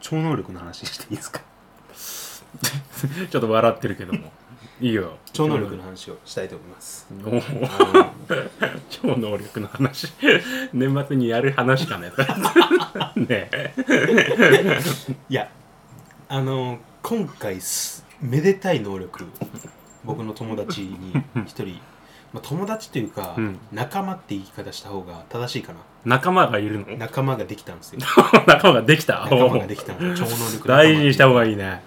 超能力の話していいですか ちょっと笑ってるけどもいいよ超能力の話をしたいと思い ますおーあの超能力の話 年末にやる話かね ねえいやあの今回すめでたい能力僕の友達に一人まあ友達というか、うん仲間って言い方した方が正しいか仲間がいるのな仲間ができたん ですよ仲間ができた仲間ができたんですよ超能力仲間大事にした方がいいね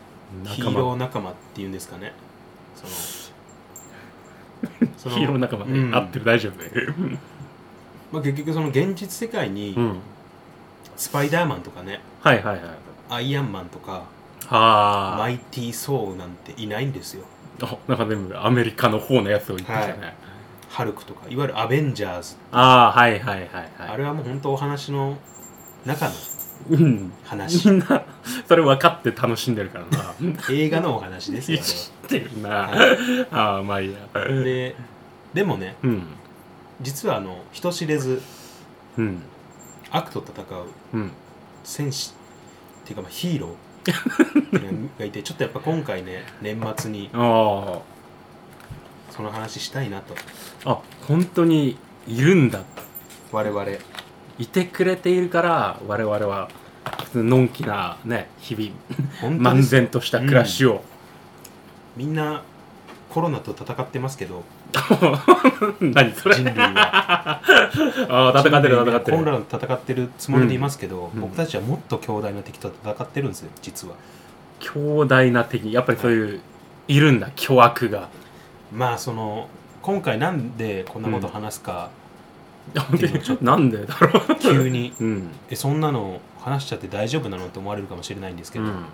ヒーロー仲間っていうんですかねそのそのヒーロー仲間うん合ってる大丈夫まあ、結局その現実世界に、うんスパイダーマンとかねはいはいはいアイアンマンとかはマあイティー・ソーなんていないんですよあなんか全部アメリカの方のやつを言ってたね、はハルクとかいわゆるアベンジャーズ、ああはいはいはいはいあれはもう本当お話の中のうんみ 話んなそれ分かって楽しんでるからな映画のお話ですよ知ってるな、はああまあいいやあれはででもねうん実はあの人知れずうん悪と戦ううん戦士っていうかまあヒーローっていう のがいてちょっとやっぱ今回ね年末にあその話したいなとああ本当にいるんだ我々いてくれているから我々は普通のんきなね日々本当漫に然とした暮らしを、みんなコロナと戦ってますけど 何それ人類は。ああ戦ってる戦ってコンるラと戦ってるつもりでいますけど、うん僕たちはもっと強大な敵と戦ってるんですよ実は強大な敵やっぱりそういういるんだ巨悪がまあその今回なんでこんなこと話すか、なんでだろう急にうんえそんなの話しちゃって大丈夫なのって思われるかもしれないんですけうど、ん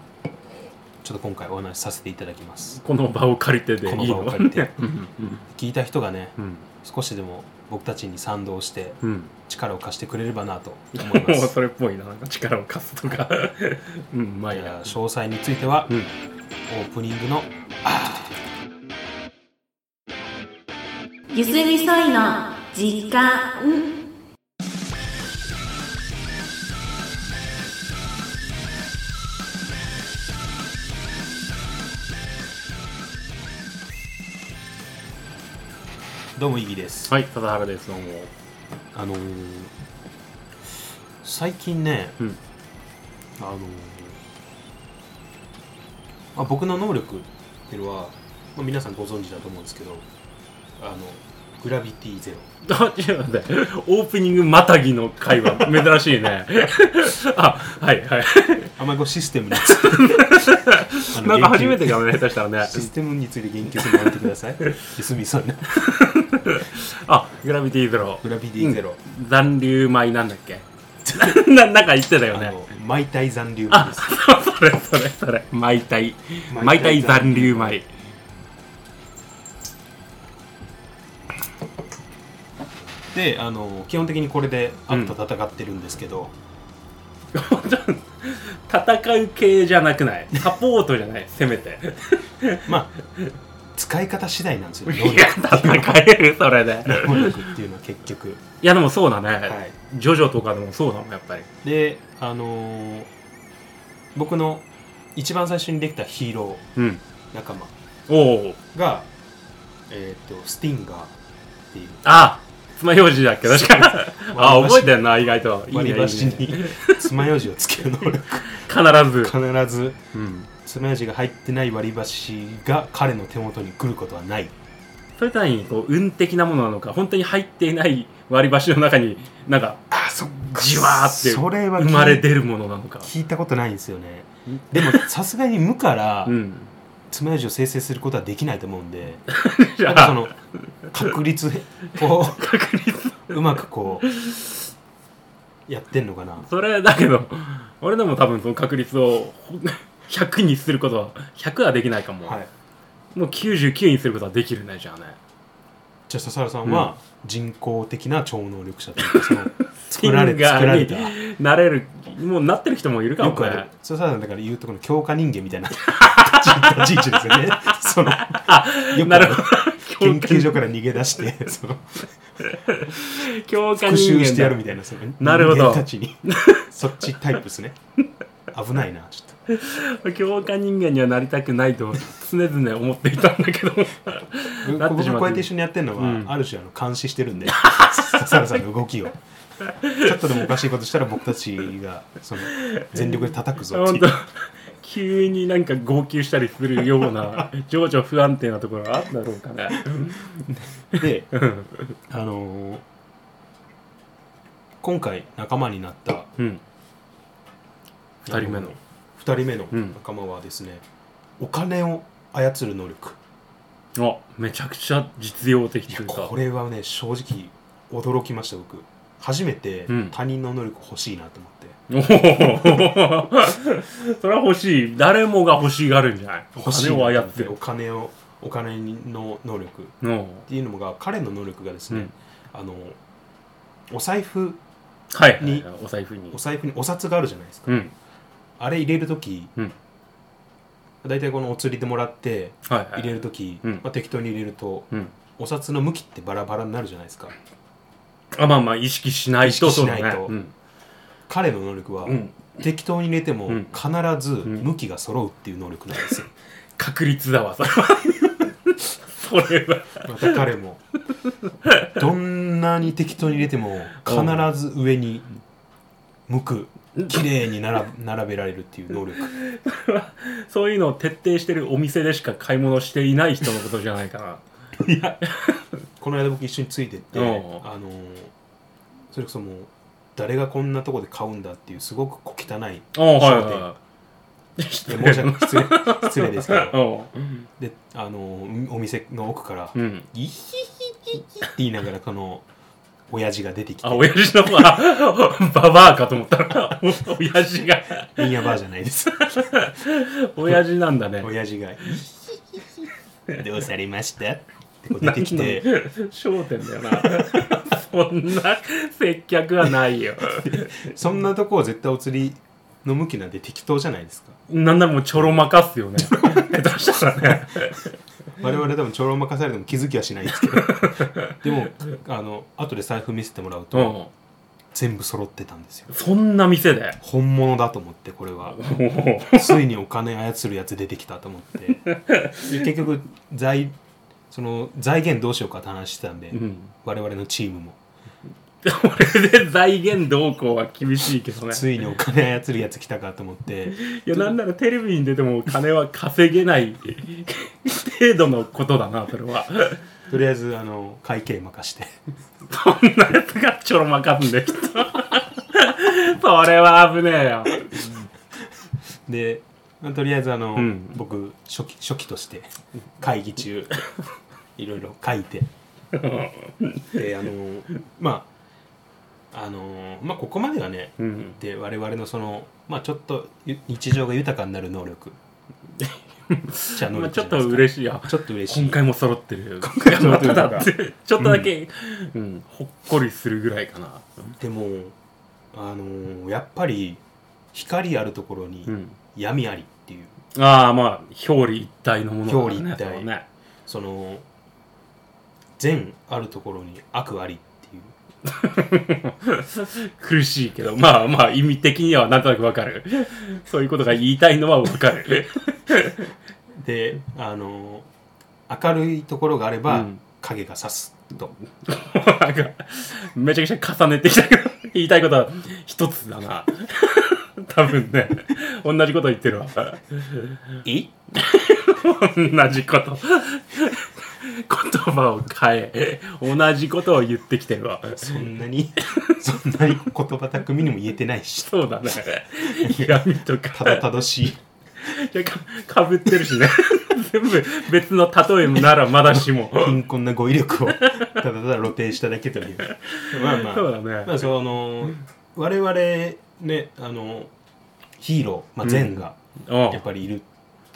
ちょっと今回お話しさせていただきますこの場を借りてでいいのこの場を借りて うん聞いた人がねうん少しでも僕たちに賛同してうん力を貸してくれればなと思いま もうすそれっぽいななんか力を貸すとか うんまあいいじゃやあ詳細については、うんオープニングのゆすみそいの時間どうもイギです、はい佐々原ですどうも あのー最近ね、うんあのーまあ、僕の能力っていうのは、まあ、皆さんご存知だと思うんですけどあのグラビティゼロあ、違うね。オープニングまたぎの会話、珍しいね。 あ、はいはい。あんまりこうシステムについて あのなんか初め言てかもね、下手したらね及。システムについて言及するのやめてください すみさんねあ、グラビティゼロ。グラビティゼロ、残留米なんだっけ ななんか言ってたよあね。の毎体残留あ、ですそうそれそれそれ。毎体。毎毎体体残残留留米。 であの基本的にこれで悪と戦ってるんですけど、戦う系じゃなくないサポートじゃないせめて。まあ使い方次第なんですよ い能力や、戦える、それで。能力っていうのは結局いや、でもそうだね。はいジョジョとかでもそうだもん、やっぱり。であのー僕の一番最初にできたヒーロうん。ー仲間おお。がえっ、とスティンガーっていうあ爪楊枝だっけ確か あ割り箸覚えてんな意外といいね割いいり箸ねに爪楊枝をつける能力必ず、必ずうん、 爪楊枝が入ってない割り箸が彼の手元に来ることはないそれ単にこう運的なものなのか本当に入っていない割り箸の中になんかあそっじわーってそれは聞い生まれ出るものなのか聞いたことないんですよねでもさすがに無からうん爪楊枝を生成することはできないと思うんでじやっゃぱあその確率を確率うまくこうやってんのかなそれだけど俺でも多分その確率を ほん100にすることは100はできないかも、はいもう99にすることはできるねじゃあねじゃあ笹原さんは人工的な超能力者というかその作られフィンガーた作られにたなれるもうなってる人もいるかもよねくある笹原さんだから言うとこの強化人間みたいな立ち位置ですよねそのよくなあるほる研ど究所から逃げ出してその強化復人讐間だしてやるみたいなそのなるほ人ど間たちにそっちタイプですね危ないなちょっと共感人間にはなりたくないと常々思っていたんだ けどなって僕しまがうこうやって一緒にやってるのは、うんある種あの監視してるん で笹原さんの動きをちょっとでもおかしいことしたら僕たちがその全力で叩くぞってい本う当急になんか号泣したりするよ うな情緒不安定なところはあったろうかねでうんあのー今回仲間になったうん二人目の2人目のうん仲間はですね、お金を操る能力あめちゃくちゃ実用的いやというかこれはね正直驚きました僕初めてうん他人の能力欲しいなと思って、おお それは欲しい誰もが欲しがるんじゃない欲しいお金をなと操思ってるお金をお金の能力っのていうのが彼の能力がですうねん、あのお財布はいはいにはいお財布にお財布にお札があるじゃないですか、うんあれ入れる時、うんだいたいこのお釣りでもらってはいはい入れる時、うんまあ、適当に入れるとうんお札の向きってバラバラになるじゃないですかあまあまあ意識しないと意識しないとそうだね彼の能力は、うんうん適当に入れてもうん必ず向きが揃うっていう能力なんですよ、確率だわそれは それはまた彼もどんなに適当に入れても必ず上に向く綺麗に並べ並べられるっていう能力そういうのを徹底してるお店でしか買い物していない人のことじゃないかなこの間僕一緒についてって、うんあのーそれこそもう誰がこんなとこで買うんだっていうすごく小汚いいああはいそうだよはい知や申し訳ない失礼失礼ですけど うんで、あのーお店の奥からうん「イヒヒヒヒ」って言いながらこの親父が出てきてあ親父のあ ババアかと思ったら お親父がミンヤバーじゃないです親父なんだね親父が「どうされました?」ってこう出てきて焦点だよな そんな接客はないよそんなとこは絶対お釣りの向きなんで適当じゃないですかなんならもうちょろまかすよね下手したら ね我々多分ちょろまかされても気づきはしないですけどでもあの後で財布見せてもらううとん全部揃ってたんですよそんな店で本物だと思ってこれはおおついにお金操るやつ出てきたと思 ってで結局財その財源どうしようかって話してたんで、うん我々のチームもこれで財源動向は厳しいけどねついにお金操るやつ来たかと思っていやなんならテレビに出ても金は稼げない程度のことだなそれはとりあえずあの会計任してそんなやつがちょろまかんできたそれは危ねえよで、まあとりあえずあの、うん僕初期初期として会議 中いろいろ書いてであのまああのまあここまではねうんで我々のそのまあちょっとゆ日常が豊かになる能 力じゃあ能まあ力じゃちょっないですかと嬉しいよちょっと嬉し今い回も揃ってる今回も揃ってるだってちょっとだけ、うんほっこりするぐらいかなでもあのやっぱり光あるところにうん闇ありっていうああまあ表裏一体のものだ表裏一体それはねその善あるところに悪ありっていう苦しいけどまあまあ意味的にはなんとなくわかる そういうことが言いたいのはわかる であの明るいところがあれば、うん影が差すとなんかめちゃくちゃ重ねてきたけど言いたいことは一つだな 多分ね同じこと言ってるわ え同じこと言葉を変え同じことを言ってきてるわそんな にそんなに言葉巧みにも言えてないしそうだ ね嫌味とかただたどしいいやかかぶってる しね全部別の例えならまだしも貧困な語彙力をただただ露呈しただけというまあまあそうだねまあその我々ねあのヒーロー、まあ、善がおやっぱりいる、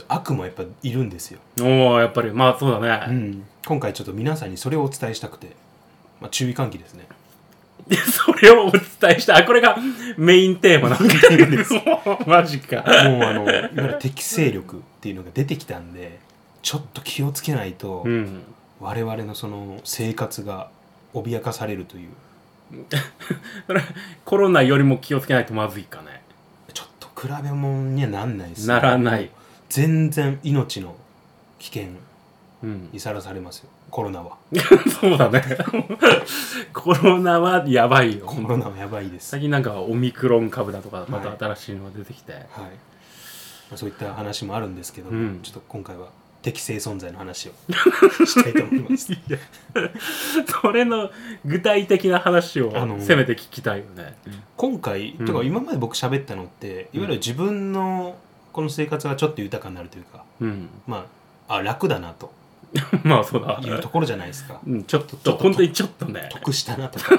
悪もやっぱいるんですよ、おおやっぱりまあそうだうね、ん、今回ちょっと皆さんにそれをお伝えしたくて、まあ、注意喚起です ねでそれをお伝えしたあこれがメインテーマなんだけど マジかもうあのいわゆる適正力っていうのが出てきたんでちょっと気をつけないと、うん我々のその生活が脅かされるというそれコロナよりも気をつけないとまずいかねちょっと比べ物にはなんないですならない、全然命の危険うん、にさらされますよコロナはそうだね コロナはやばいよコロナはやばいです、最近なんかオミクロン株だとかまはたい新しいのが出てきて、はいまあ、そういった話もあるんですけども、うんちょっと今回は適正存在の話をしたいと思いますいや それの具体的な話をあのせめて聞きたいよね、今回、うんてか今まで僕喋ったのっていわゆる自分のこの生活がちょっと豊かになるというかうん、 まああ楽だなとまあそうだいうところじゃないですかうん、ちょっちとょっと本当にちょっとね得したなと か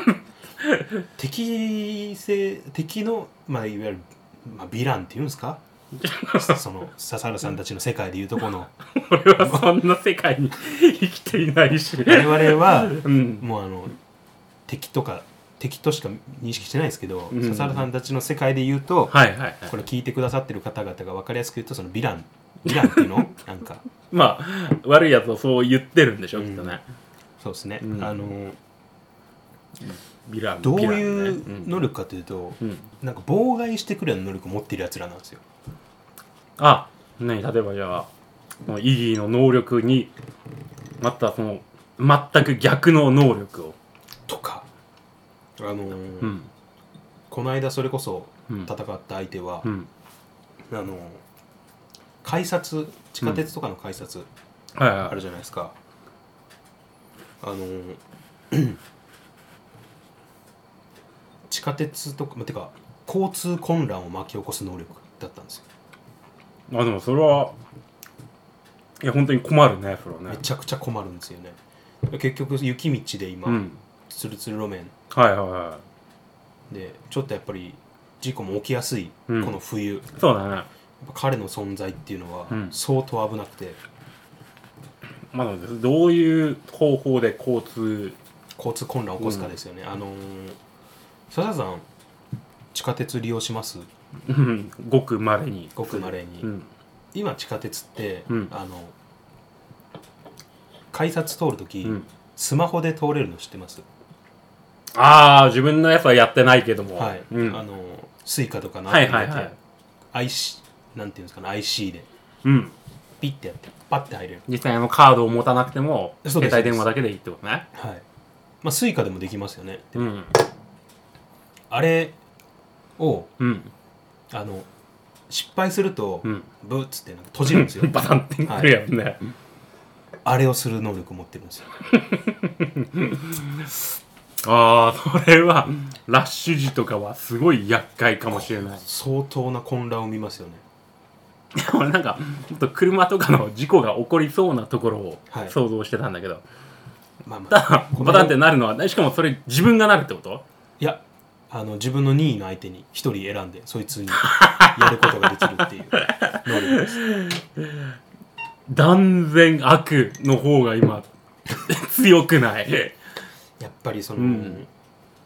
適性敵の、まあ、いわゆる、まあ、ヴィランっていうんですかその笹原さんたちの世界でいうとこの俺はそんな世界に 生きていないし、我々はうん、もうあの敵とか敵としか認識してないですけど、うん笹原さんたちの世界で言うと、はいはいはいこれ聞いてくださってる方々が分かりやすく言うとそのヴィランヴィランっていう のなんかまあ悪いやつをそう言ってるんでしょ、うんきっとねそうですね、うんあのヴィランどうヴィラいンねう能力かというと、うんうんなんか妨害してくるような能力を持っているやつらなんですよあね例えばじゃあこのイギーの能力にまたその全く逆の能力を、とかあのーうんこの間それこそうん戦った相手はう、ん、あのー改札地下鉄とかの改札、はいはいあはるいじゃないですかあの 地下鉄とかまてか交通混乱を巻き起こす能力だったんですよあでもそれはいや本当に困るねそれはめねちゃくちゃ困るんですよね結局雪道で今、うんツルツル路面はいはいはでちょっとやっぱり事故も起きやすい、うんこの冬やっいそうだねぱ彼の存在っていうのはうん相当危なくて、まあ、どういう方法で交通交通混乱を起こすかですよね、あのー笹田さん地下鉄利用しますうんごくまれに、ごくまれに、うん、今地下鉄って、うんあの改札通るとき、うんスマホで通れるの知ってます、ああ自分のやつはやってないけどもはい、うん、あはいのスイカとかのはいはい、 IC なんていうんですかね IC でうん、ピッてやってパッて入れる実際あのカードを持たなくてもそう携です帯電話だけでいいってことねはいまあスイカでもできますよねうんあれをうんあの失敗すると、うんブッつってなんか閉じるんですよ バタンってくるやつね、あれをする能力を持ってるんですよああそれはラッシュ時とかはすごい厄介かもしれない相当な混乱を見ますよね俺なんかちょっと車とかの事故が起こりそうなところをはい想像してたんだけど、 まあまた あだバタンってなるのはしかもそれ自分がなるってこといやあの自分の任意の相手に一人選んでそいつにやることができるっていう能力です断然悪の方が今 強くないやっぱりその、うんやっ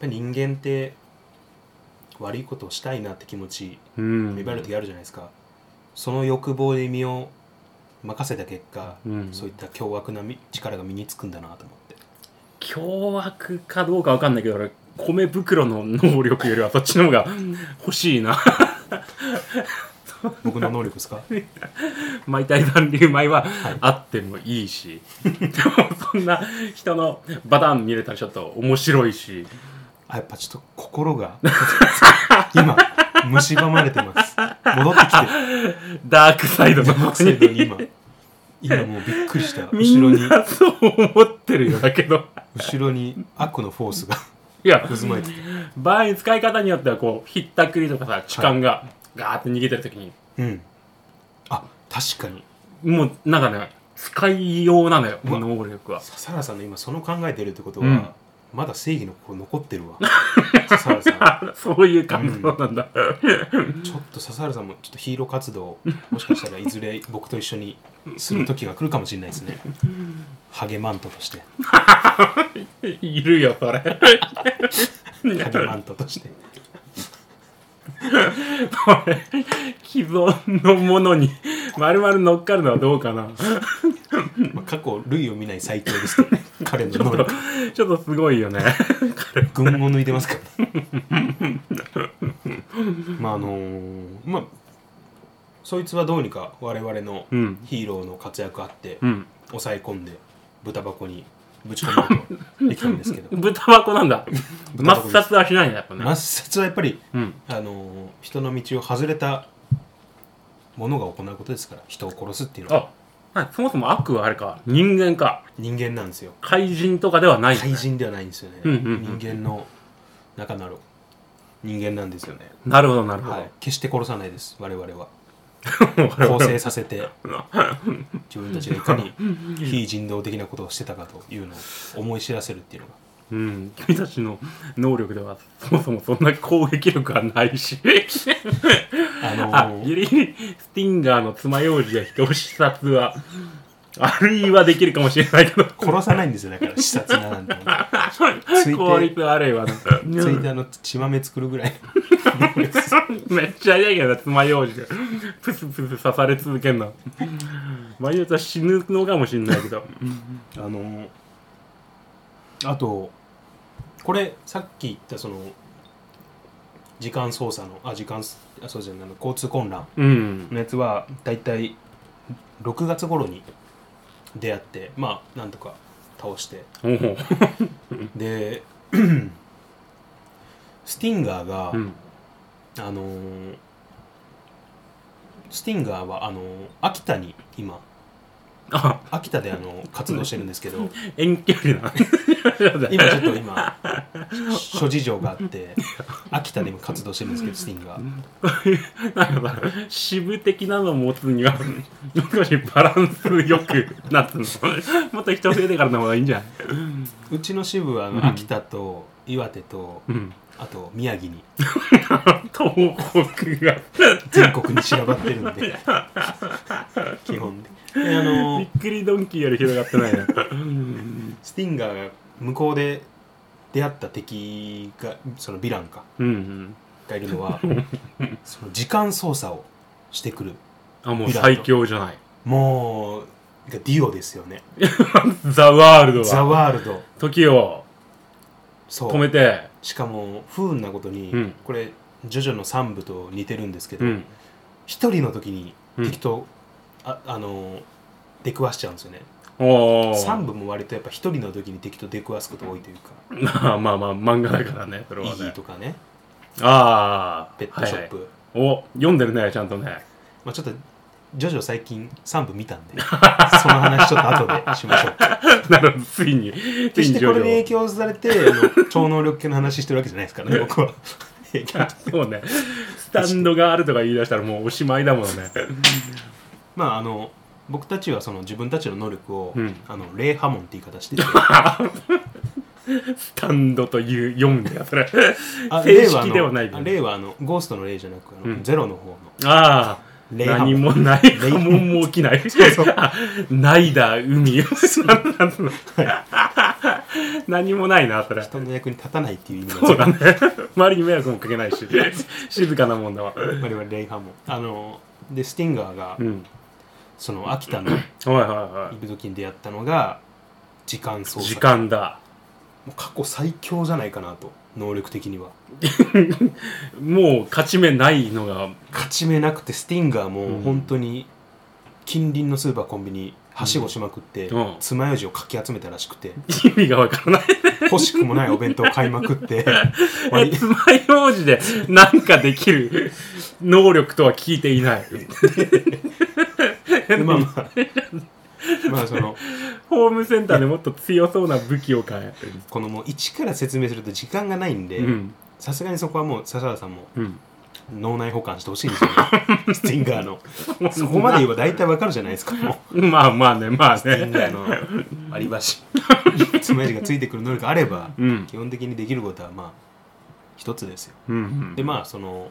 ぱり人間って悪いことをしたいなって気持ちうん芽生える時あるじゃないですか、その欲望で身を任せた結果、うんそういった凶悪なみ力が身につくんだなと思って凶悪かどうかわかんないけど俺米袋の能力よりはそっちの方が欲しいな 僕の能力ですか毎体残留米はあってもいいし、 でもそんな人のバタン見れたらちょっと面白いしあやっぱちょっと心が今蝕まれてます戻ってきてダークサイドの学方生にに今今もうびっくりした み後ろにんなそう思ってるよだけ ど後ろに悪のフォースが いや渦巻いてて、場合に使い方によってはこうひったくりとかさ痴漢がガーって逃げてる時にうん、あ確かにもうなんかね使いようなのようわ能力は 笹原さんの今その考えてるってことは、うんまだ正義の心残ってるわ笹原 さそういう感想なんだ、んちょっと笹原さんもちょっとヒーロー活動もしかしたらいずれ僕と一緒にする時が来るかもしれないですねハゲマントとしている よそれハゲマントとしてこれ既存のものに丸々乗っかるのはどうかなまあ過去類を見ない最強ですけどね彼の能力ちょっとすごいよね 群を抜いてますからまああのーまあそいつはどうにか我々のうんヒーローの活躍あって、うん抑え込んで豚箱にぶち込もうとできたんですけど豚箱なんだ豚箱抹殺はしないんだやっぱね抹殺はやっぱり、うんあのー人の道を外れたものが行うことですから人を殺すっていうのはあはいそもそも悪はあれか人間か人間なんですよ怪人とかではない怪人ではないんですよね、うんうんうん人間の中なる人間なんですよね、なるほどなるほど、 はい、決して殺さないです我々は我々は更生させ て自分たちがいかに非人道的なことをしてたかというのを思い知らせるっていうのがうん君たちの能力ではそもそもそんな攻撃力がない しあのあーギリギリスティンガーの爪楊枝で人を視察はあるいはできるかもしれないけど殺さないんですよだ から視察だなんてついて効率悪いわなんかツイッターの血豆作るぐらい めっちゃ嫌やけどな爪楊枝でプスプス刺され続け んの毎朝死ぬのかもしれないけどあのーあとこれさっき言ったその時間操作のあ時間あそうじゃないあの交通混乱うんのやつはだいたい6月頃に出会ってまあなんとか倒しておうで スティンガーが、うんあのースティンガーはあのー秋田に今あ秋田であの活動してるんですけ ど遠距離な 今ちょっと今諸事情があって秋田でも活動してるんですけどスティンがなんかさ支部的なのを持つには少しバランスよくなつうのもっと人増えてからの方がいいんじゃないうちの支部はあうんの秋田と岩手とうん あと宮城に東北が全国に散らばってるん で基本でであびのっくりドンキーより広がってないなスティンガーが向こうで出会った敵がそのヴィランかうんうんがいる のはその時間操作をしてくるあもう最強じゃないもうディオですよねザ・ワールドザ・はワールド時をそう止めてしかも不運なことに、うんこれジョジョの3部と似てるんですけどうん一、人の時にうん敵と、ああのー出くわしちゃうんですよねお3ー部も割とやっぱ一人の時に敵と出くわすことが多いというかまあまあまあ漫画だからねそれイはギーねとかねああペットショップ、お読んでるねちゃんとねまあ、ちょっとジョジョ最近3部見たんで その話ちょっと後でしま しょうなるほどついにつ決いしにてこれに影響されてあの超能力系の話してるわけじゃないですからね僕は 影響そうねスタンドがあるとか言い出したらもうおしまいだもんねまああの僕たちはその自分たちの能力を、うんあの霊波紋って言い方して てスタンドという読んでやそれあ正式ではないけ例どはあ例はあのゴーストの例じゃなくあの、うんゼロの方のああ霊波何紋もない霊波紋も起きないそうあないだ海なんつうの何もないなそれ人の役に立たないっていう意味そうのだね周りに迷惑もかけないし静かなもんだわ 我々霊波紋あのでスティンガーが、うんその秋田のはいはいはいる時に出会ったのが時間操い時作間だもう過去最強じゃないかなと能力的にはもう勝ち目ないのが勝ち目なくてスティンガーうんも本当に近隣のスーパーコンビニはしごしまくって、うん爪楊枝をかき集めたらしくて意味がわからない欲しくもないお弁当を買いまく ってえ割り爪楊枝で何かできる能力とは聞いていないでまあま あまあそのホームセンターでもっと強そうな武器を買えこのもう一から説明すると時間がないんでうんさすがにそこはもう笹原さんもうん脳内保管してほしいんですよ、 ね、スティンガーのそこまで言えば大体わかるじゃないですかもまあまあねま あうスティンガねーの割り 箸つまりがついてくる能力あればうん基本的にできることはまあ一つですようんうんでまあその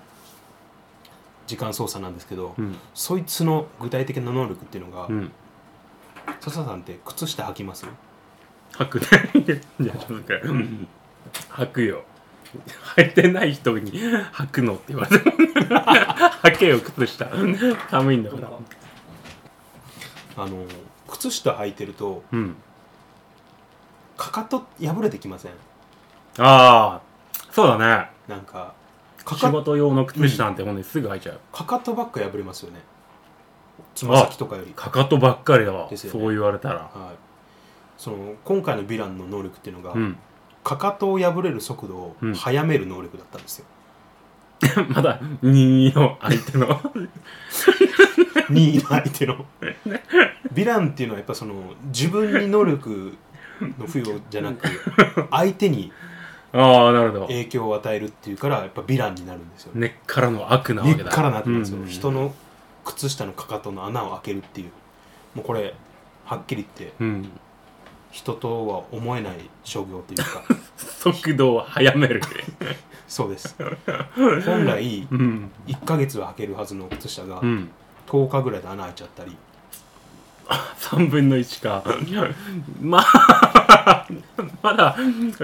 時間操作なんですけど、うんそいつの具体的な能力っていうのが、うん笹さんって靴下履きます吐くねいやちょっと待ってうん吐くよ履いてない人に吐くのって言われても履けよ靴下寒いんだからあの靴下履いてるとうんかかと破れてきませんああそうだねなんかか仕か事用の靴下なんてほんですぐ履いちゃう、かかとばっか破れますよねつま先とかより、かかとばっかりだわ、ですよねそう言われたらはい、その今回のヴィランの能力っていうのが、うんかかとを破れる速度をうん速める能力だったんですよ、 まだ2の相 手の2位の相手 のヴィランっていうのはやっぱその自分に能力の付与じゃなく相手にああなるほど影響を与えるっていうからやっぱヴィランになるんですよね根っからの悪なわ根っけだからなってますよ、うん人の靴下のかかとの穴を開けるっていうもうこれはっきり言ってうん人とは思えない商業という か速度を速め るそう です本来うん1ヶ月は履けるはずの靴下がうん10日ぐらいで穴開いちゃったり3分の1か まあ まだ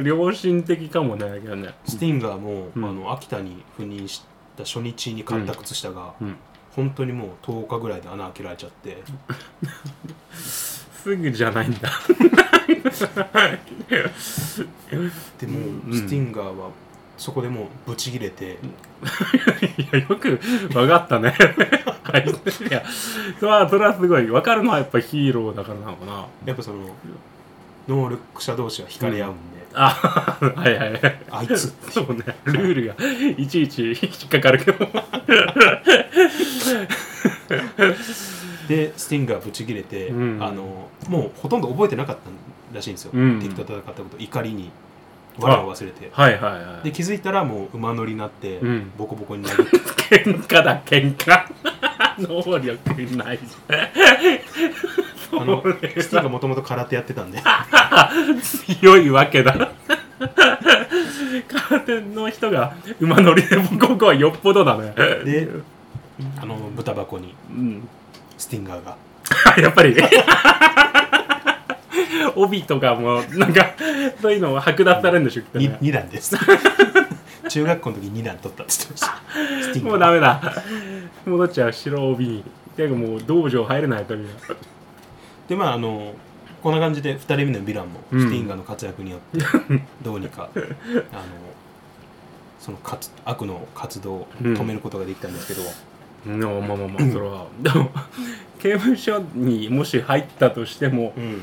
良心的かもねけどねスティンガーも、うんあの秋田に赴任した初日に買った靴下が、うん本当にもう10日ぐらいで穴開けられちゃってすぐじゃないんだ でもう、うんスティンガーはそこでもうブチギレて、いやよく分かったね はいいやそれはそれはすごい分かるのはやっぱヒーローだからなのかなやっぱその能力者同士は惹かれ合うんで、あはいはいはいあいつってそうねルールがいちいち引っかかるけどでスティンガーぶち切れて、うんあのもうほとんど覚えてなかったらしいんですよ、うん敵と戦ったこと怒りに我を忘れてはいはいはで気づいたらもう馬乗りになって、うんボコボコにな るって喧嘩だ喧嘩能力ないあのスティンガーもともと空手やってた んで強いわけだ空手の人が馬乗りでボコボコはよっぽどだねであの豚箱にうん スティンガーがあやっぱり帯とかもなんかそういうのも剥奪されるんでしょきっとにね2段です 中学校の時2段取ったって言ってまし たスティンガーもうダメだ戻っちゃう白帯にてかもう道場入れないというでまああのこんな感じで2人目のヴィランも、うんスティンガーの活躍によ ってどうにかあのその活悪の活動を止めることができたんですけど、うんまあまあまあまあそれは でも刑務所にもし入ったとしてもうん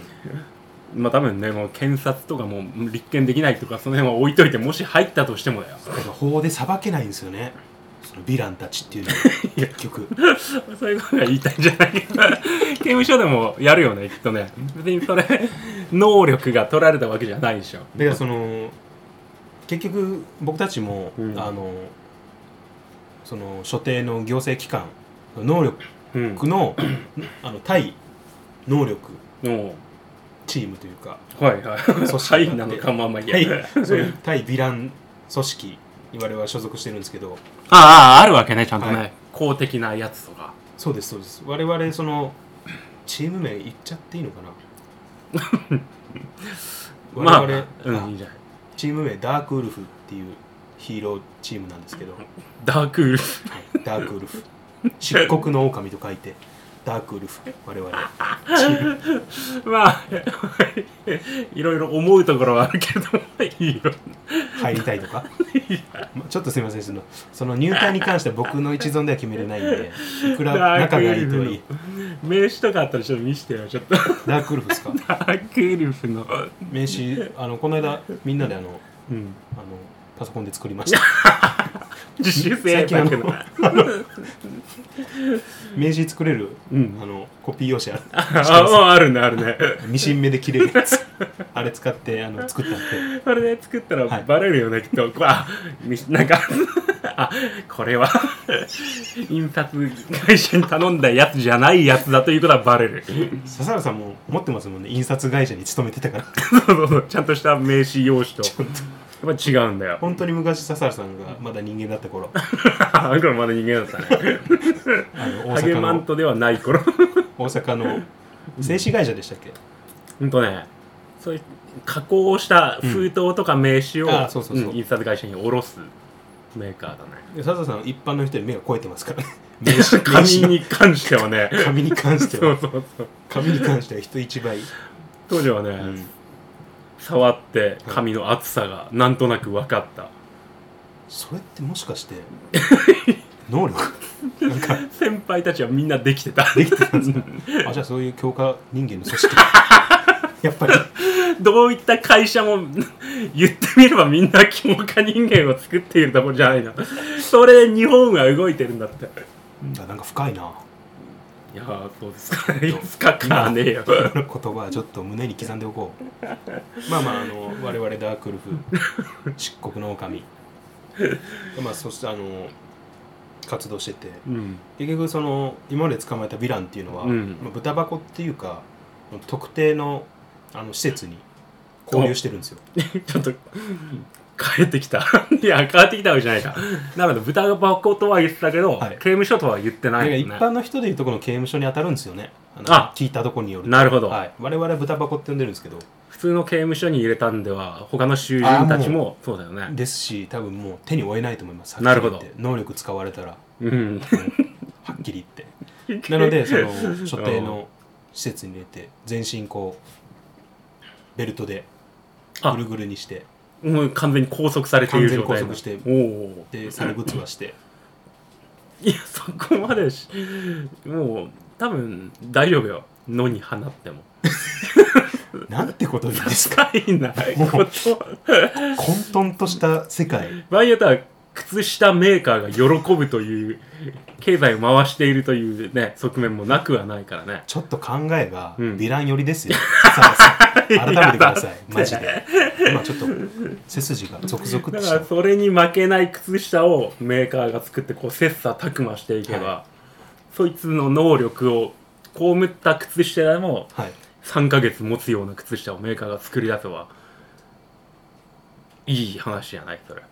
まあ多分ねもう検察とかもう立件できないとかその辺は置いといてもし入ったとしてもだよ だから法で裁けないんですよねそのヴィランたちって いうのは結局そういうことが言いたいんじゃない 刑務所でもやるよねきっとね別にそれ能力が取られたわけじゃないでしょだからその結局僕たちも、うんあのその所定の行政機関能力うんのあの対能力のチームというかはいはいそうはいなのかまあまあいいや、はいあ、 そういう対ヴィラン組織に我々は所属してるんですけどああるわけねちゃんとね、はい公的なやつとかそうですそうです我々そのチーム名言っちゃっていいのかな ま我あ々、うんいいあじゃないチーム名ダークウルフっていうヒーローチームなんですけど、はいダークウルフダークウルフ漆黒の狼と書いてダークウルフ我々チームまあいろいろ思うところはあるけどいいよ入りたいとか まあちょっとすみませんそのその入隊に関しては僕の一存では決めれないんでいくら仲がいいとはいえ名刺とかあったらちょっと見せてよちょっとダークウルフですかダークウルフの名刺あのこの間みんなであのうんあのパソコンで作りま した自主性だけど最名刺作れる、うんあのコピー用紙ある あもうあるねあるねミシン目で切れるやつあれ使ってあの作ったんでこれで作ったらはいバレるよね、きっとあみなんかあこれは印刷会社に頼んだやつじゃないやつだということはバレる笹原さんも持ってますもんね印刷会社に勤めてたからそうそうそうちゃんとした名刺用紙とやっぱ違うんだよ本当に昔笹原さんがまだ人間だった頃 あこれまだ人間だったねあの大ハゲ阪マンのトではな い頃大阪の製紙会社でしたっけ、ほんとねそういう加工した封筒とか名刺を、あそうそうそう印刷会社に卸すメーカーだ ねで笹原さんは一般の人に目が超えてますからね 名刺紙名に関しては ね刺の紙に関してそうはそうそう紙に関しては人一倍、当時はね、触って髪の厚さがなんとなく分かった、それってもしかして 能力先輩たちはみんなできてた できてたんですかあじゃあそういう強化人間の組織やっぱりどういった会社も 言ってみればみんな肝化人間を作っているところじゃないのそれで日本が動いてるんだってあなんか深いないやーそうですかねいつかかねえよ 今の言葉はちょっと胸に刻んでおこうまあまああの我々ダークルフ漆黒の 狼まあそしてあの活動しててうん結局その今まで捕まえたヴィランっていうのは、うんまあ、豚箱っていうか特定のあの施設に交流してるんですよ ちょっと帰ってきた いや帰ってきたわけじゃないかなので豚箱とは言ってたけど、はい刑務所とは言ってなだいからで一すね般の人でいうとこの刑務所に当たるんですよねあのあ聞いたとこによるとなるほど、はい、我々は豚箱って呼んでるんですけど普通の刑務所に入れたんでは他の囚人たちもそうだよねですし多分もう手に負えないと思いますなるほどはっきり言って能力使われたらうんはっきり言 ってなのでその所定の施設に入れて全身こうベルトであぐるぐるにしてもう完全に拘束されている状態完全に拘束しておおで猿物はしていやそこまでしもう多分大丈夫よ野に放ってもなんてことなんですか深いなこと混沌とした世界場合によっては靴下メーカーが喜ぶという経済を回しているというね側面もなくはないからねちょっと考えがうんヴィラン寄り ですよ、さあさあ改めてくださいマジで今ちょっと背筋が続々だとしからたそれに負けない靴下をメーカーが作ってこう切磋琢磨していけば、はそいつの能力を被った靴下でもはい3ヶ月持つような靴下をメーカーが作り出せばいい話じゃないそれ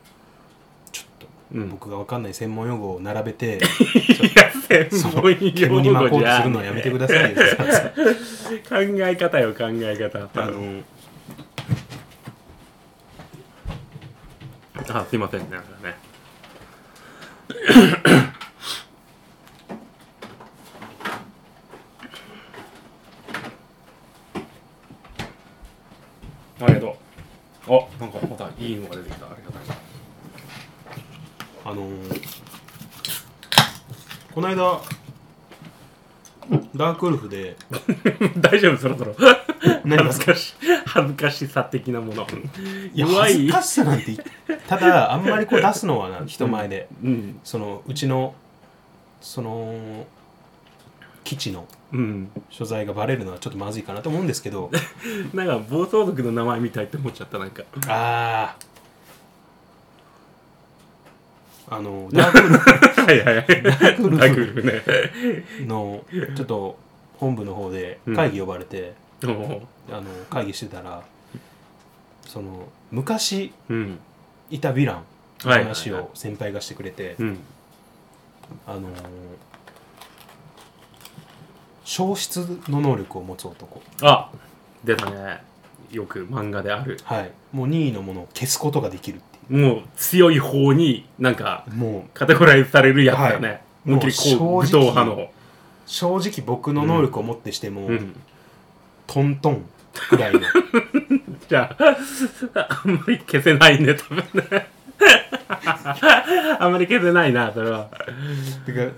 ちょっとうん僕が分かんない専門用語を並べていや専門煙に 用巻こ語うじとすゃるんのはやめてく考ださ いよさあさえ方よ考え方ああのあすいませんなんかねありがとうあなんかまたいいのが出てきたありがたいあのーこの間ダークウルフ で大丈夫そろそろ何恥がずかし恥ずかしさ的なものいや弱恥いずかしさなんてただあんまりこう出すのはな人前で、うんそのうちのその基地のうん所在がバレるのはちょっとまずいかなと思うんですけ どなんか暴走族の名前みたいって思っちゃったなんかあーあのダークウルフ はい はいはいダクルフークルフねのちょっと本部の方で会議呼ばれて、 おあの会議してたらその昔ううんいたヴィランのはいはいはい話を先輩がしてくれて、うんあのー消失の能力を持つ男あ出たねよく漫画であるはいもう任意のものを消すことができるっていもう強い方になんかうもうカテゴライズされるやつだよね、はい思いっきりこもうう武正闘直派の正直僕の能力をもってしても、うんトントンぐらいの じゃああんまり消せないね多分ね あんまり消せないなそれはてか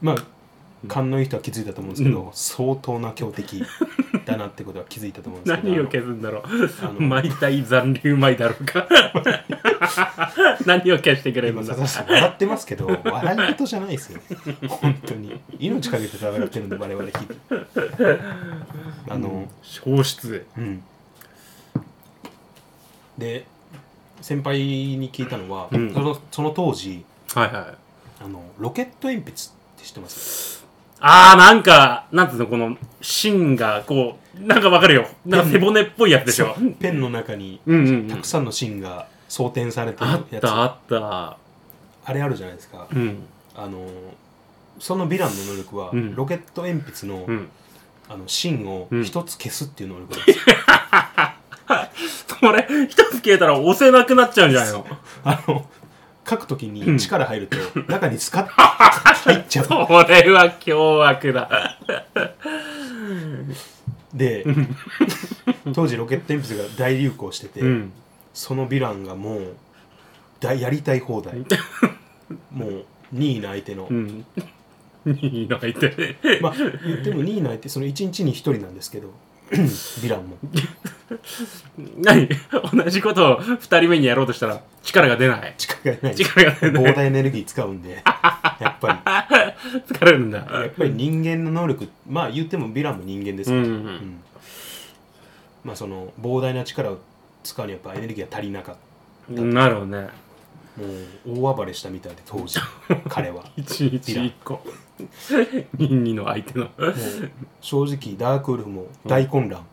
まあ勘のいい人は気づいたと思うんですけど、相当な強敵だなってことは気づいたと思うんですけど何を消すんだろあうの毎回残留米だろ うか何を消してくれる今んだ佐々木さん笑ってますけど笑い事じゃないですよね 本当に命かけて戦ってるんで我々聞いてあの消失うん、で先輩に聞いたのは、うんそのその当時はいはいあのロケット鉛筆って知ってますあー、なんか、なんつうの、この、芯が、こう、なんかわかるよ。なんか背骨っぽいやつでしょ。ペンの中にうんうん、うんたくさんの芯が装填されてるあっやつた、ああった。れあるじゃないですかうん。あのそのヴィランの能力は、うんロケット鉛筆の,、うん。あの芯をうん一つ消すっていう能力なんですよ これ、一つ消えたら押せなくなっちゃうんじゃないのあの書くときに力入る と中にスカッと入っちゃうこれは凶悪だ。で 当時ロケット鉛筆が大流行してて、うん。 そのヴィランがもうだやりたい放題もう2位の相手のう、ん。 いいの相手。まあ言っても2位の相手その1日に1人なんですけ どディランも何同じことを2人目にやろうとしたら力が出ない。力がない力が出ない。膨大エネルギー使うんでやっぱ 疲れるんだ。りやっぱり人間の能力まあ言ってもヴィランも人間ですうから、ん。まあその膨大な力を使うにはやっぱエネルギーが足りなかっなるほどね。たもう大暴れしたみたいで当 時彼はも1日1個。 任意の相手の。う正直ダークウルフも大混乱、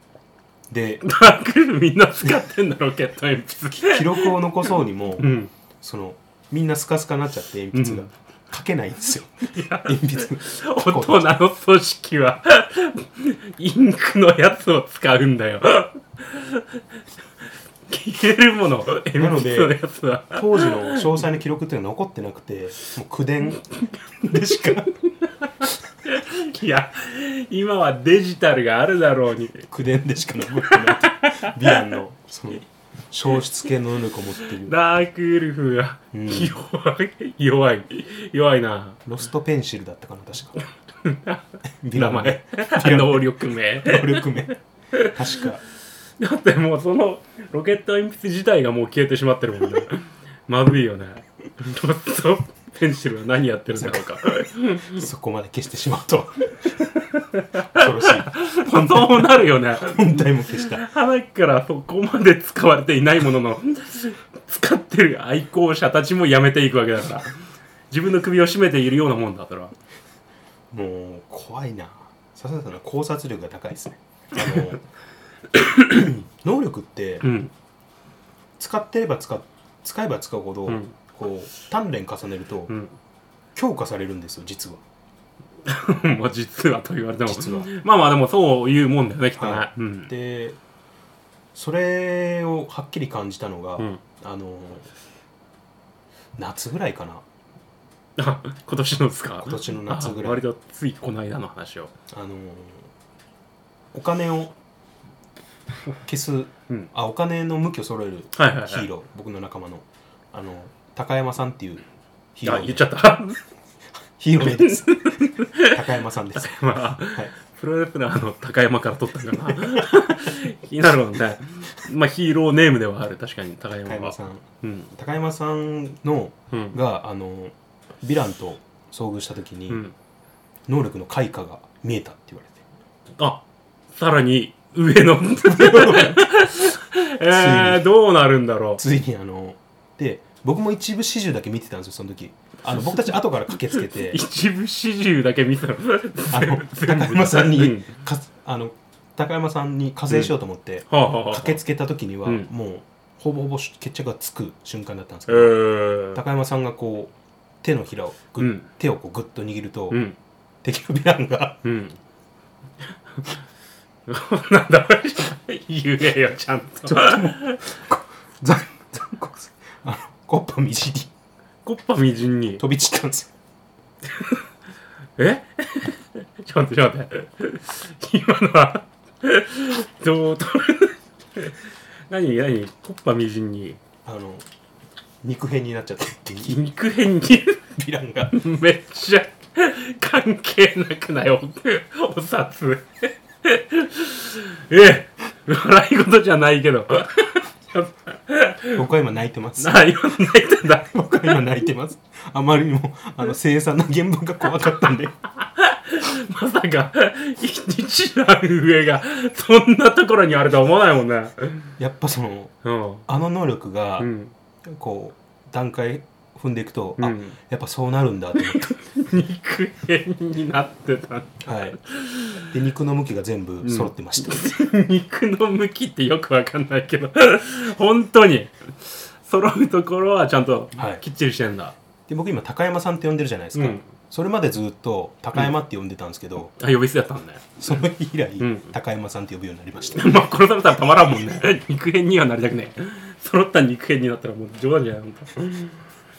でダークルみんな使ってんだろ、ケット鉛筆。記録を残そうにも、うん。そのみんなスカスカになっちゃって鉛筆が、うん書けないんですよ鉛筆大人の組織はインクのやつを使うんだよ消えるもの鉛筆なのでのやつは当時の詳細な記録っていうのは残ってなくてもう口伝でしかいや今はデジタルがあるだろうに口伝でしか残ってないヴィランのその消失系の能力を持ってるダークウルフがうん弱い、弱い弱いなロストペンシルだったかな確か ヴィラ名ンの前ラン能力名能力名確かだってもうそのロケット鉛筆自体がもう消えてしまってるもんね まずいよねロットペンシルは何やってるんだろ うかそこまで消してしまうとは恐ろしい本当もなるよね本体も消した花からそこまで使われていないものの使ってる愛好者たちもやめていくわけだから自分の首を絞めているようなもんだそれはもう怖いな笹田さんの考察力が高いですねあの 能力ってうん使ってれば使っ使えば使うほど、うんこう鍛錬重ねるとうん 強化されるんですよ実はもう実はと言われても実はまあまあでもそういうもんだよねきっとね、はうんでそれをはっきり感じたのが、うん あの夏ぐらいかなあ今年のですか今年の夏ぐらいあ割とついこの間の話をあのお金を消すうんあお金の向きを揃えるはいはいはいヒーロー僕の仲間のあの高山さんっていうヒーロあー言っちゃった ヒーローです 高山さんですまあはいプロレスラーの高山から取ったんだな なるほどねまあヒーローネームではある確かに 高山高は山さんうん高山さんのうんがあのヴィランと遭遇した時に、うん能力の開花が見えたって言われてあさらに上の えー、どうなるんだろついにあので僕も一部始終だけ見てたんですよその時あの僕たち後から駆けつけうて一部始終だけ見たらあの高全部山さんに、うんかあの高山さんに課税しようと思って、はあはあはあ駆けつけた時には、うんもうほぼほぼ決着がつく瞬間だったんですけえど、ー高山さんがこう手のひらをぐっ、うん手をこうグッと握ると、うん敵のヴィランがうん なんだ言えよちゃんと残残酷すあのコッパみじりコッパみじんに飛び散ったんですよえ ちょっと待ってちょっと待って今のはどうと何何コッパみじんにあの肉片になっちゃ った敵ヴ肉片にィランがめっちゃ関係なくないおお札ええ笑い事じゃないけど僕は今泣いてますなあ今泣いたんだ僕は今泣いてますあまりにもあの凄惨な現場が怖かったんでまさか一段上がそんなところにあるとは思わないもんねやっぱそのうんあの能力がうんこう段階踏んでいくと、うあんやっぱそうなるんだと思っ肉片になってたて、はい、で肉の向きが全部揃ってました、肉の向きってよくわかんないけど本当に揃うところはちゃんとはいきっちりしてんだ、で僕今高山さんって呼んでるじゃないですか、うんそれまでずっと高山って呼んでたんですけど、あ呼び捨てだったんだよその日以来、うん高山さんって呼ぶようになりましたまあ殺されたらたまらんもんね肉片にはなりたくねえ揃った肉片になったらもう冗談じゃないほんと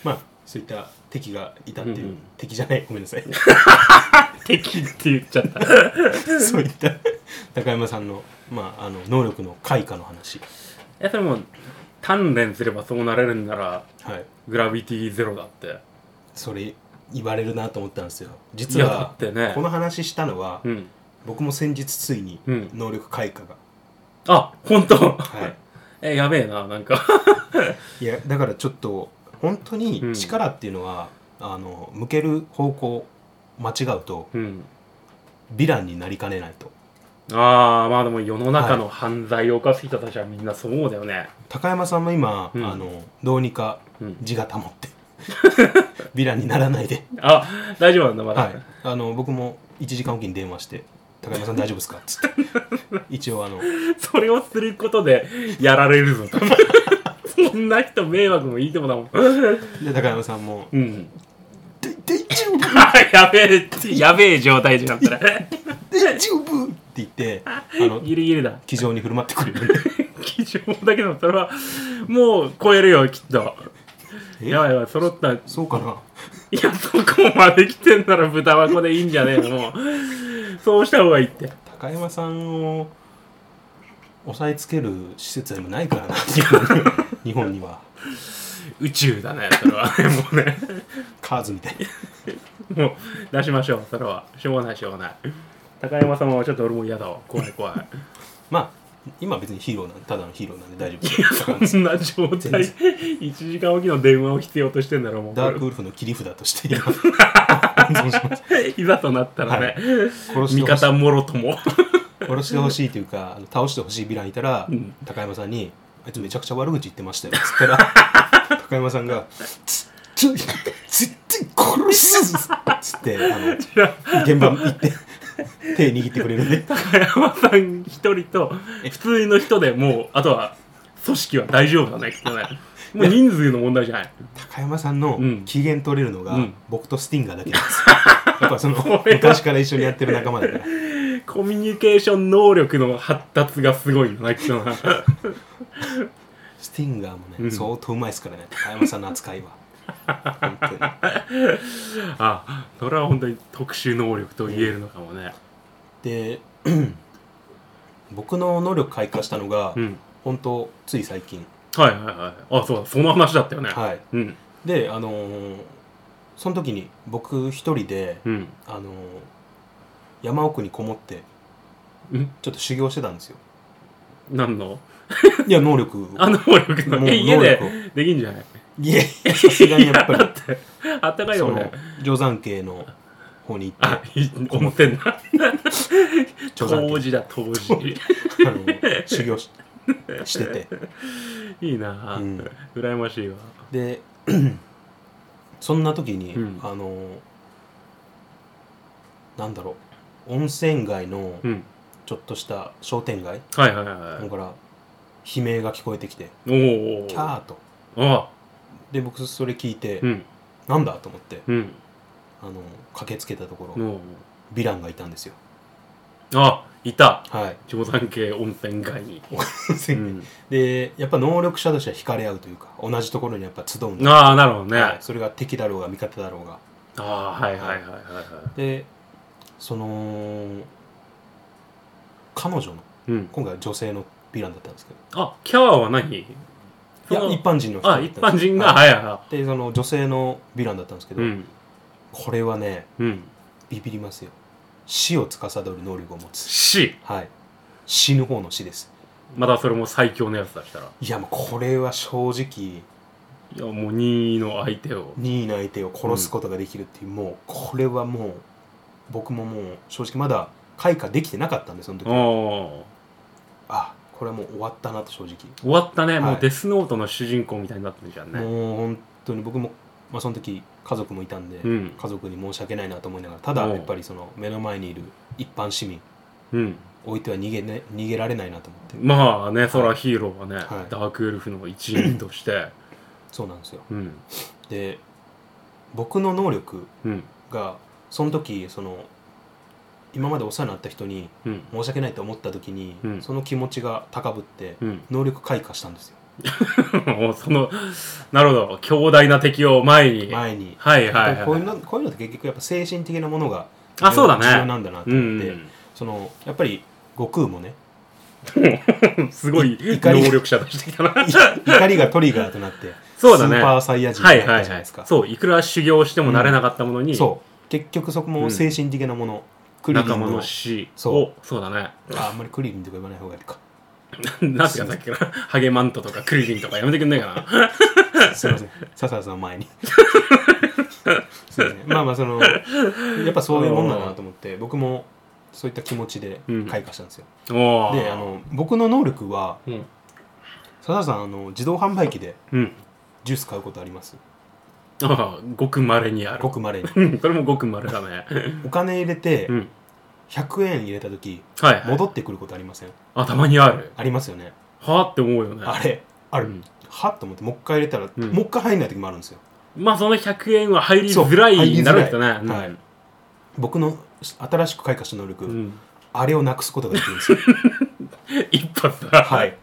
まあそういった敵がいたっていう、うんうん敵じゃないごめんなさい敵って言っちゃった そういった高山さんの,、まあ、あの能力の開花の話えそれも鍛錬すればそうなれるんならはいグラビティゼロだってそれ言われるなと思ったんですよい実やだはってねこの話したのは、うん僕も先日ついにうん能力開花が、あ本当は えやべえななんかい、いやだからちょっと本当うんに力っていうのは、あの向ける方向間違うとうんヴィランになりかねないとああまあでも世の中の犯罪を犯す人たちはみんなそうだよね、高山さんも今、うんあのどうにかうん、字が保って ヴィランにならないで、あ大丈夫なんだまだ、はい、あの僕も1時間おきに電話して「高山さん大丈夫ですか?」っつ って一応あのそれをすることでやられるぞそんな人迷惑もいいとこだもんで高山さんもうん「で大丈夫あ やべえやべえ状態じゃんそれ大丈夫!」って言ってあの ギリギリだ気丈に振る舞ってくれるんで基準だけどそれはもう超えるよきっとえやばいやばい揃ったい そうかなやそこまで来てんなら豚箱でいいんじゃねえのもうそうした方がいいって高山さんを押さえつける施設は今ないからなっていう日本には宇宙だねそれはもうねカーズみたいにもう出しましょうそれはしょうがないしょうがない高山さんはちょっと俺も嫌だわ怖い怖いまあ今別にヒーローなんでただのヒーローなんで大丈夫いやです高山さそんな状態1時間おきの電話を必要としてんだろもうんこダれークウルフの切り札として 今温存しますいざとなったらね、殺して味ほしい方もろとも殺してほしいというかあの倒してほしいヴィランいたら、うん高山さんに「あいつめちゃくちゃ悪口言ってましたよ」っつったら 高山さんが「つつ絶対殺すぞ」っつってあの現場行って手握ってくれるんで高山さん一人と普通の人でもうあとは組織は大丈夫だねきっとねもう人数の問題じゃない高山さんのうん機嫌取れるのが、うん僕とスティンガーだけなん ですよやっぱそのこれは昔から一緒にやってる仲間だからコミュニケーション能力の発達がすごいよなきっとなスティンガーもね、うん相当うまいですからね高山さんの扱いは本当にあそれは本当に特殊能力と言えるのかもねで 僕の能力開花したのが、うん本当つい最近はいはいはいあそうだその話だったよね、はいうんであのーその時に僕一人で、うんあのー山奥にこもってうんちょっと修行してたんです よ何のいや能力をあ能力ものうえ家能で力をできんじゃないいやさすがにやっぱ りだってあったかいよそねの定山系の方に行っあて、い思ってんな。定山当時だ、当時。系あの修行しして ていいな、うん羨ましいわ。で そんな時に、うんあのなんだろう温泉街のうん。ちょっとした商店街、はいはいはだから悲鳴が聞こえてきてい。「おお。キャー」とあで僕それ聞いて、うん。なんだと思ってうん。あの駆けつけたところ、おうヴィランがいたんですよあ、いた。はい定山系温泉街に。うん、 でやっぱ能力者としては惹かれ合うというか同じところにやっぱ集うんだああ、なるほどね。はいそれが敵だろうが味方だろうがああ、はいはいはいはいはでその彼女のい。うん。今回は女性のヴィランだったんですけどあ、キャワは何いいや一般人の人あ、だっ一たん般です人が、はいはいはいはでその女性のヴィランだったんですけい。うど、ん。これはねうん。ビビりますよ死を司る能力を持つ死。はい死ぬ方の死ですまたそれも最強のやつだしたら。いやもうこれは正直いや、もう任意の相手を。任意の相手を殺すことができるっていう、もうこれはもう僕ももう正直まだ開花できてなかったんでその時おお。あこれはもう終わったなと正直、終わったね、もはういデスノートの主人公みたいになってるじゃんねもう本当に僕も、まあ、その時家族もいたんで、うん家族に申し訳ないなと思いながらただおうやっぱりその目の前にいる一般市民うん置いては逃げ,、ね、逃げられないなと思ってまあねそらヒーローはね、はいダークエルフの一員としてそうなんですようんで僕の能力うんがその時その今までお世話になった人にうん申し訳ないと思った時に、うんその気持ちが高ぶってうん、能力開花したんですよ もうそのなるほど強大な敵を前にはい前に、はいはいこういうのこういうのって結局やっぱ精神的なものがあそうだね重要なんだなとう思っんて、うん そのやっぱり悟空もねすごいい怒り能力者出してきたな。怒りがトリガーとなってそうだね。スーパーサイヤ人にはなっいたはじいゃなはいでいすか。そう、いくら修行してもなれなかったものに、そう結局そこも精神的なもの、クリリン仲間のの死そを、そうだね。 ああんまりクリリンとか言わない方がいいかなぜかさっきから、ハゲマントとかクリリンとかやめてくんないかな。すいません笹田さん前 にすいませんまあまあそのやっぱそういうもんだなと思って僕もそういった気持ちで開花したんですよ、おーであ、の僕の能力はうん。笹田さんあの自動販売機でうん。ジュース買うことありますああ、ごくまれにあるご。くま れにうん、それもごくまれだ ね。お金入れてうん。 100円入れた時はい、はい。戻ってくることありませんあ、たまにある。ありますよねはあって思うよね。あれあれうんはっと思ってもう一回入れたら、うんもう一回入んない時もあるんですよまあ、その100円は入りそうづらい入りにづならるいんだね。はい僕の新しく開花した能力、うん。あれをなくすことができるんですよ一発だ。は。い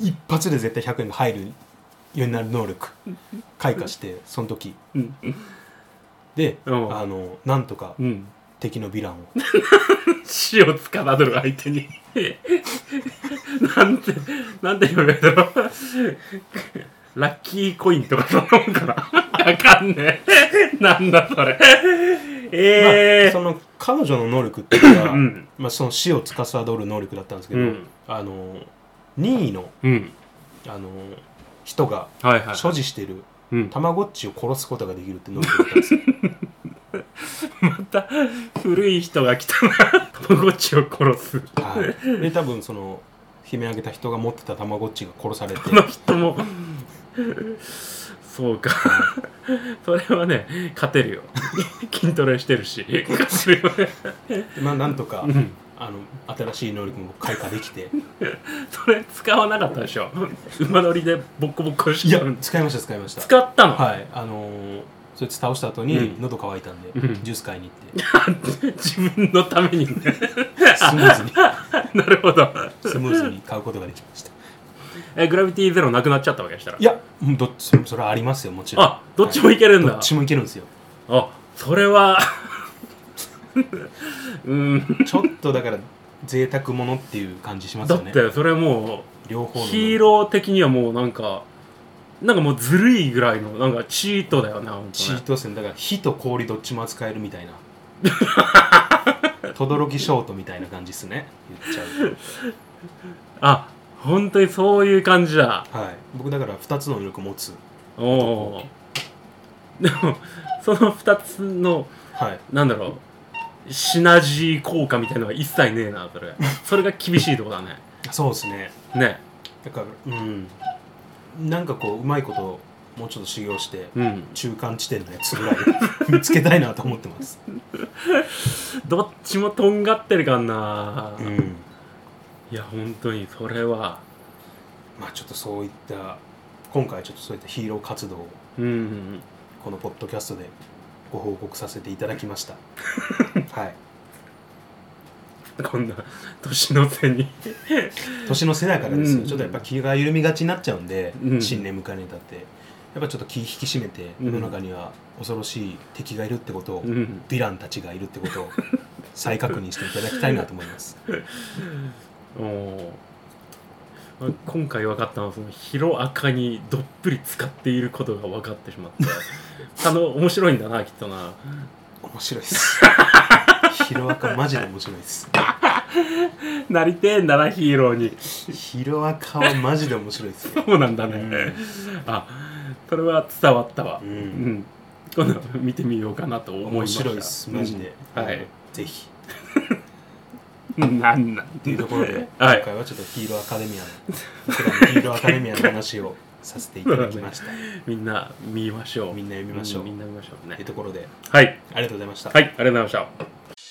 一発で絶対100円が入るようになる能力開花してその時うん。で、うんあのなんとかうん。敵のヴィランを死をつかだどる相手になんてなんて呼べるのラッキーコインとかそんなもんかなわかんねえなんだそれまええあ、その彼女の能力っていうのは、うんまあ、その死を司る能力だったんですけど、うんあの任意のうんあの人がはいはい所持しているうん、たまごっちを殺すことができるって能力だったんです よまた古い人が来たなたまごっちを殺すはい、で多分その悲鳴上げた人が持ってたたまごっちが殺されてこの人もそうかそれはね勝てるよ筋トレして るし勝てるよねまあなんとか、んあの新しい能力も開花できてそれ使わなかったでしょ馬乗りでボッコボッコにしいちやゃうん使いました使いました使ったの、はいあのーそいつ倒した後に、うん喉乾いたんで、うんジュース買いに行って 自分のためにね スムーズになるほどスムーズに買うことができましたえグラビティゼロなくなっちゃったわけでしたらいやうんどっちそれはありますよもちろんあどっちもいけるんだ、どっちもいけるんですよあそれは うんちょっとだから贅沢ものっていう感じしますだよっねてそれも両方うのヒーロー的にはもうなんかなんかもうずるいぐらいのなんかチートだよな本チ当ーねト戦だから火と氷どっちも扱えるみたい な轟ショートみたいな感じですね言っちゃうあ本当にそういう感じだとはい僕だから2つの能力持つおおでもその2つのはいなんだろうシナジー効果みたいのは一切ねえなそれそれが厳しいとこ だねそうですねねだからうんなんかこううまいこともうちょっと修行して、うん中間地点のやつぐらい 見つけたいなと思ってますどっちもとんがってるかんな、ういんや本当にそれはまあちょっとそういった今回ちょっとそういったヒーロー活動をうんこのポッドキャストでご報告させていただきま したはいこんな年の瀬に年の瀬だからですよ、うんちょっとやっぱ気が緩みがちになっちゃうんで、うん新年迎えにあたってやっぱちょっと気引き締めて、うん世の中には恐ろしい敵がいるってことを、うヴんィランたちがいるってことを再確認していただきたいなと思いますおーまあ今回分かったのはそのヒロアカにどっぷり使っていることが分かってし まったあの面白いんだなきっとな面白いですヒロアカマジで面白いです なりてえんだなヒーローにヒロアカはマジで面白いですよそうなんだね、うんあそれは伝わったわううんん、今度見てみようかなと思いま面した白いですマジで、うんはいぜひなんなんというところで、はい今回はちょっとヒーローアカデミアの僕らのヒーローアカデミアの話をさせていただきました、 みんな見ましょうみんな読みましょう、んみんな見ましょうねというところではいありがとうございました、はいありがとうございまし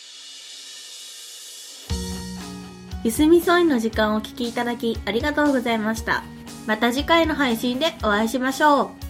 たゆすみそいの時間をお聞きいただきありがとうございましたまた次回の配信でお会いしましょう